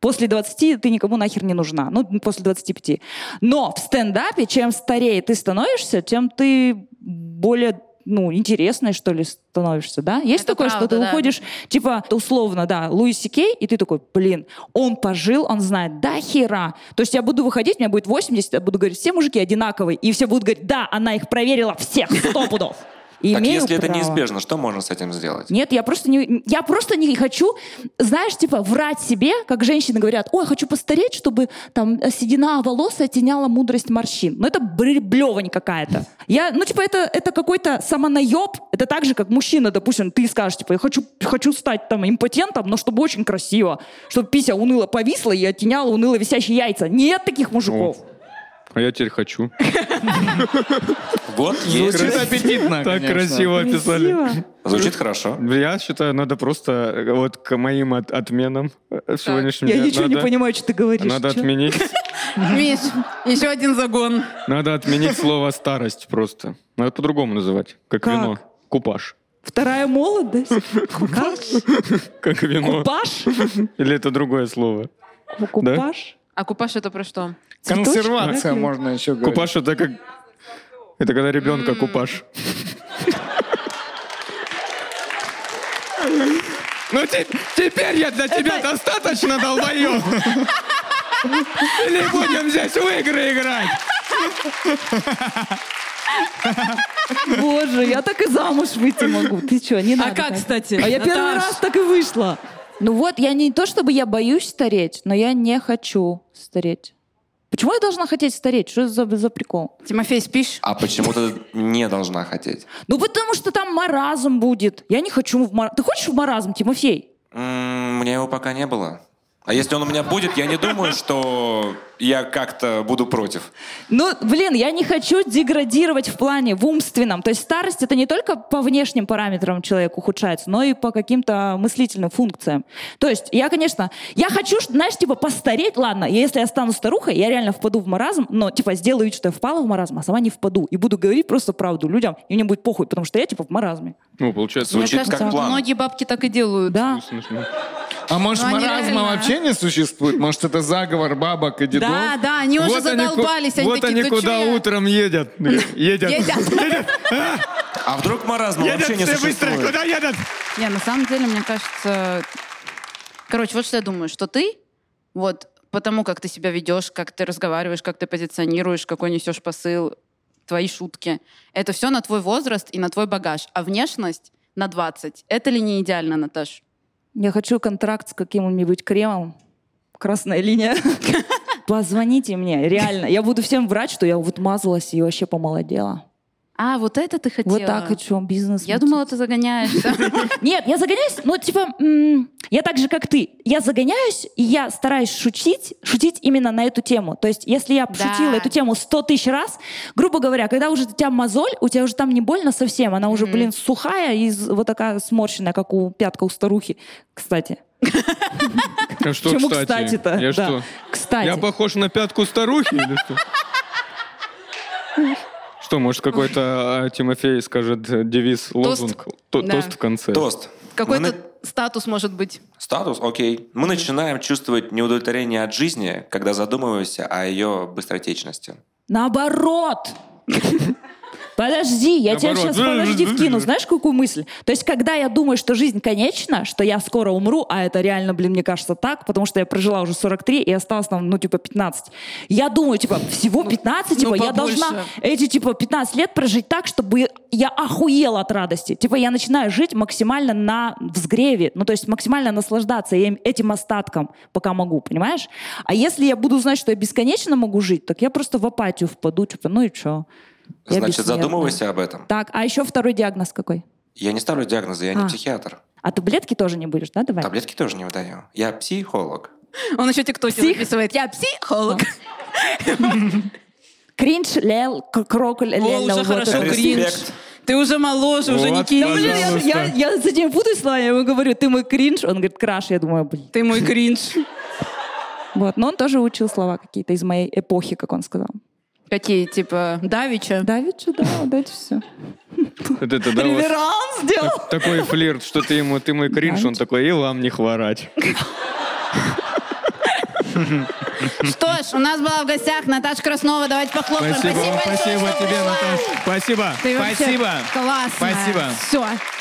[SPEAKER 6] после 20 ты никому нахер не нужна. Ну, после 25. Но в стендапе, чем старее ты становишься, тем ты более ну, интересной, что ли, становишься, да? Есть
[SPEAKER 3] Это
[SPEAKER 6] такое, что
[SPEAKER 3] правда,
[SPEAKER 6] ты
[SPEAKER 3] да.
[SPEAKER 6] уходишь, типа, условно, да, Луис Кей, и ты такой, блин, он пожил, он знает, да хера. То есть я буду выходить, у меня будет 80, я буду говорить, все мужики одинаковые, и все будут говорить, да, она их проверила всех, сто пудов. И
[SPEAKER 5] так
[SPEAKER 6] имею
[SPEAKER 5] если это
[SPEAKER 6] право.
[SPEAKER 5] неизбежно, что можно с этим сделать?
[SPEAKER 6] Нет, я просто не, я просто не хочу, знаешь, типа врать себе, как женщины говорят, ой, хочу постареть, чтобы там седина волос оттеняла мудрость морщин. Ну это бры- блевань какая-то. Я, ну типа это, это какой-то самонаеб, это так же, как мужчина, допустим, ты скажешь, типа, я хочу, хочу стать там импотентом, но чтобы очень красиво, чтобы пися уныло повисла и оттеняла уныло висящие яйца. Нет таких мужиков.
[SPEAKER 4] А я теперь хочу.
[SPEAKER 5] Вот есть.
[SPEAKER 2] Звучит аппетитно,
[SPEAKER 9] Так
[SPEAKER 2] конечно.
[SPEAKER 9] красиво описали.
[SPEAKER 6] Красиво.
[SPEAKER 5] Звучит хорошо.
[SPEAKER 4] Я считаю, надо просто э, вот к моим от- отменам э, сегодняшним.
[SPEAKER 6] Я
[SPEAKER 4] дня
[SPEAKER 6] ничего не
[SPEAKER 4] надо-
[SPEAKER 6] понимаю, что ты говоришь.
[SPEAKER 4] Надо
[SPEAKER 6] Чё?
[SPEAKER 4] отменить,
[SPEAKER 7] Миш, еще один загон.
[SPEAKER 4] надо отменить слово старость просто. Надо по-другому называть, как,
[SPEAKER 6] Как?
[SPEAKER 4] вино. Купаж.
[SPEAKER 6] Вторая молодость. Купаж?
[SPEAKER 4] Как вино.
[SPEAKER 6] Купаж?
[SPEAKER 4] Или это другое слово?
[SPEAKER 6] Купаж?
[SPEAKER 3] А купаж это про что?
[SPEAKER 6] Цветочки,
[SPEAKER 2] Консервация,
[SPEAKER 6] да?
[SPEAKER 2] можно еще говорить.
[SPEAKER 4] Купаж это как... Это когда ребенка купаж. Ну те- теперь я для тебя достаточно долбоёб. Или будем здесь в игры играть?
[SPEAKER 6] Боже, я так и замуж выйти могу. Ты что, не надо.
[SPEAKER 7] А как,
[SPEAKER 6] так.
[SPEAKER 7] кстати?
[SPEAKER 6] А я первый
[SPEAKER 7] Наташ?
[SPEAKER 6] раз так и вышла. Ну вот, я не то чтобы я боюсь стареть, но я не хочу стареть. Почему я должна хотеть стареть? Что за, за прикол?
[SPEAKER 7] Тимофей, спишь?
[SPEAKER 5] А почему ты не должна хотеть?
[SPEAKER 6] Ну потому что там маразм будет. Я не хочу в маразм. Ты хочешь в маразм, Тимофей?
[SPEAKER 5] М, У меня его пока не было. А если он у меня будет, я не думаю, что я как-то буду против.
[SPEAKER 6] Ну, блин, я не хочу деградировать в плане в умственном. То есть старость это не только по внешним параметрам человек ухудшается, но и по каким-то мыслительным функциям. То есть я, конечно, я хочу, ш- знаешь, типа постареть, ладно, если я стану старухой, я реально впаду в маразм, но типа сделаю вид, что я впала в маразм, а сама не впаду. И буду говорить просто правду людям, и мне будет похуй, потому что я типа в маразме.
[SPEAKER 4] Ну, получается,
[SPEAKER 5] Звучит как план.
[SPEAKER 3] многие бабки так и делают.
[SPEAKER 6] Да.
[SPEAKER 2] А может,
[SPEAKER 7] Ну, они
[SPEAKER 2] маразма
[SPEAKER 7] реально.
[SPEAKER 2] вообще не существует? Может, это заговор бабок и дедов?
[SPEAKER 7] Да, да,
[SPEAKER 3] ну,
[SPEAKER 7] они уже
[SPEAKER 4] вот они, ку-
[SPEAKER 7] задолбались. Они
[SPEAKER 4] вот
[SPEAKER 7] такие,
[SPEAKER 4] они
[SPEAKER 7] «Да чё
[SPEAKER 4] куда
[SPEAKER 7] я?»
[SPEAKER 4] утром едят. Едят.
[SPEAKER 7] Едят.
[SPEAKER 5] А вдруг маразм
[SPEAKER 4] Едят
[SPEAKER 5] вообще не
[SPEAKER 4] все быстро.
[SPEAKER 5] существует?
[SPEAKER 4] Куда едят?
[SPEAKER 3] Не, на самом деле, мне кажется... Короче, вот что я думаю, что ты, вот, потому как ты себя ведешь, как ты разговариваешь, как ты позиционируешь, какой несешь посыл, твои шутки, это все на твой возраст и на твой багаж. А внешность на 20. Это ли не идеально, Наташ?
[SPEAKER 6] Я хочу контракт с каким-нибудь кремом. Красная линия. Позвоните мне, реально. Я буду всем врать, что я вот мазалась и вообще помолодела.
[SPEAKER 3] А, вот это ты хотела.
[SPEAKER 6] Вот так хочу бизнес.
[SPEAKER 3] Я
[SPEAKER 6] мутить.
[SPEAKER 3] думала, ты загоняешься.
[SPEAKER 6] Нет, я загоняюсь, но типа м, я так же, как ты. Я загоняюсь, и я стараюсь шутить, шутить именно на эту тему. То есть, если я шутила эту тему сто тысяч раз, грубо говоря, когда уже у тебя мозоль, у тебя уже там не больно совсем, она уже, блин, сухая и з- вот такая сморщенная, как у пятка у старухи, кстати.
[SPEAKER 4] А что,
[SPEAKER 6] Почему
[SPEAKER 4] кстати?
[SPEAKER 6] кстати-то?
[SPEAKER 4] Я
[SPEAKER 6] Да.
[SPEAKER 4] что?
[SPEAKER 6] Кстати.
[SPEAKER 4] Я похож на пятку старухи или что? Что, может, какой-то а, Тимофей скажет э, девиз, лозунг, то-
[SPEAKER 3] Да.
[SPEAKER 4] тост в конце?
[SPEAKER 5] Тост. Мы на-
[SPEAKER 3] Какой-то статус может быть.
[SPEAKER 5] Статус, окей. Мы начинаем чувствовать неудовлетворение от жизни, когда задумываемся о ее быстротечности.
[SPEAKER 6] Наоборот! Подожди, я тебе
[SPEAKER 4] Наоборот.
[SPEAKER 6] сейчас подожди вкину. Знаешь, какую мысль? То есть, когда я думаю, что жизнь конечна, что я скоро умру, а это реально, блин, мне кажется так, потому что я прожила уже 43 и осталось там, ну, типа, 15. Я думаю, типа, всего 15, типа,
[SPEAKER 10] ну,
[SPEAKER 6] я
[SPEAKER 10] побольше.
[SPEAKER 6] должна эти, типа, 15 лет прожить так, чтобы я охуела от радости. Типа, я начинаю жить максимально на взгреве, ну, то есть максимально наслаждаться им- этим остатком, пока могу, понимаешь? А если я буду знать, что я бесконечно могу жить, так я просто в апатию впаду, типа, ну и что?
[SPEAKER 5] Значит, задумывайся об этом.
[SPEAKER 6] Так, а еще второй диагноз какой?
[SPEAKER 5] Я не ставлю диагнозы, я
[SPEAKER 6] А.
[SPEAKER 5] не психиатр.
[SPEAKER 6] А таблетки тоже не будешь, да, давай?
[SPEAKER 5] Таблетки тоже не выдаю. Я психолог.
[SPEAKER 3] Он еще тиктоки записывает. Я психолог.
[SPEAKER 6] Кринж, лел, к- крокль, лел,
[SPEAKER 11] уже
[SPEAKER 6] вот
[SPEAKER 11] хорошо,
[SPEAKER 6] это.
[SPEAKER 11] кринж.
[SPEAKER 5] Респект.
[SPEAKER 11] Ты уже моложе, уже не
[SPEAKER 12] Вот,
[SPEAKER 11] кинешь.
[SPEAKER 6] Блин, я, я, я с этим путаюсь словами, я ему говорю, ты мой кринж, он говорит, краш, я думаю, блин.
[SPEAKER 11] Ты мой кринж.
[SPEAKER 6] Вот, но он тоже учил слова какие-то из моей эпохи, как он сказал.
[SPEAKER 3] Какие, типа, Давича?
[SPEAKER 6] Давид, что да, вот это все.
[SPEAKER 4] Вот это, да, вот.
[SPEAKER 6] Реверанс сделал.
[SPEAKER 4] Такой флирт, что ты ему, ты мой кринж, он такой, и вам не хворать.
[SPEAKER 3] Что ж, у нас была в гостях Наташа Краснова. Давайте похлопаем.
[SPEAKER 12] Спасибо,
[SPEAKER 3] Спасибо,
[SPEAKER 12] спасибо
[SPEAKER 3] большое,
[SPEAKER 12] тебе,
[SPEAKER 3] Наташа.
[SPEAKER 12] Наташа. Спасибо,
[SPEAKER 3] Ты вообще
[SPEAKER 12] спасибо.
[SPEAKER 3] Классно.
[SPEAKER 12] Спасибо.
[SPEAKER 3] Все.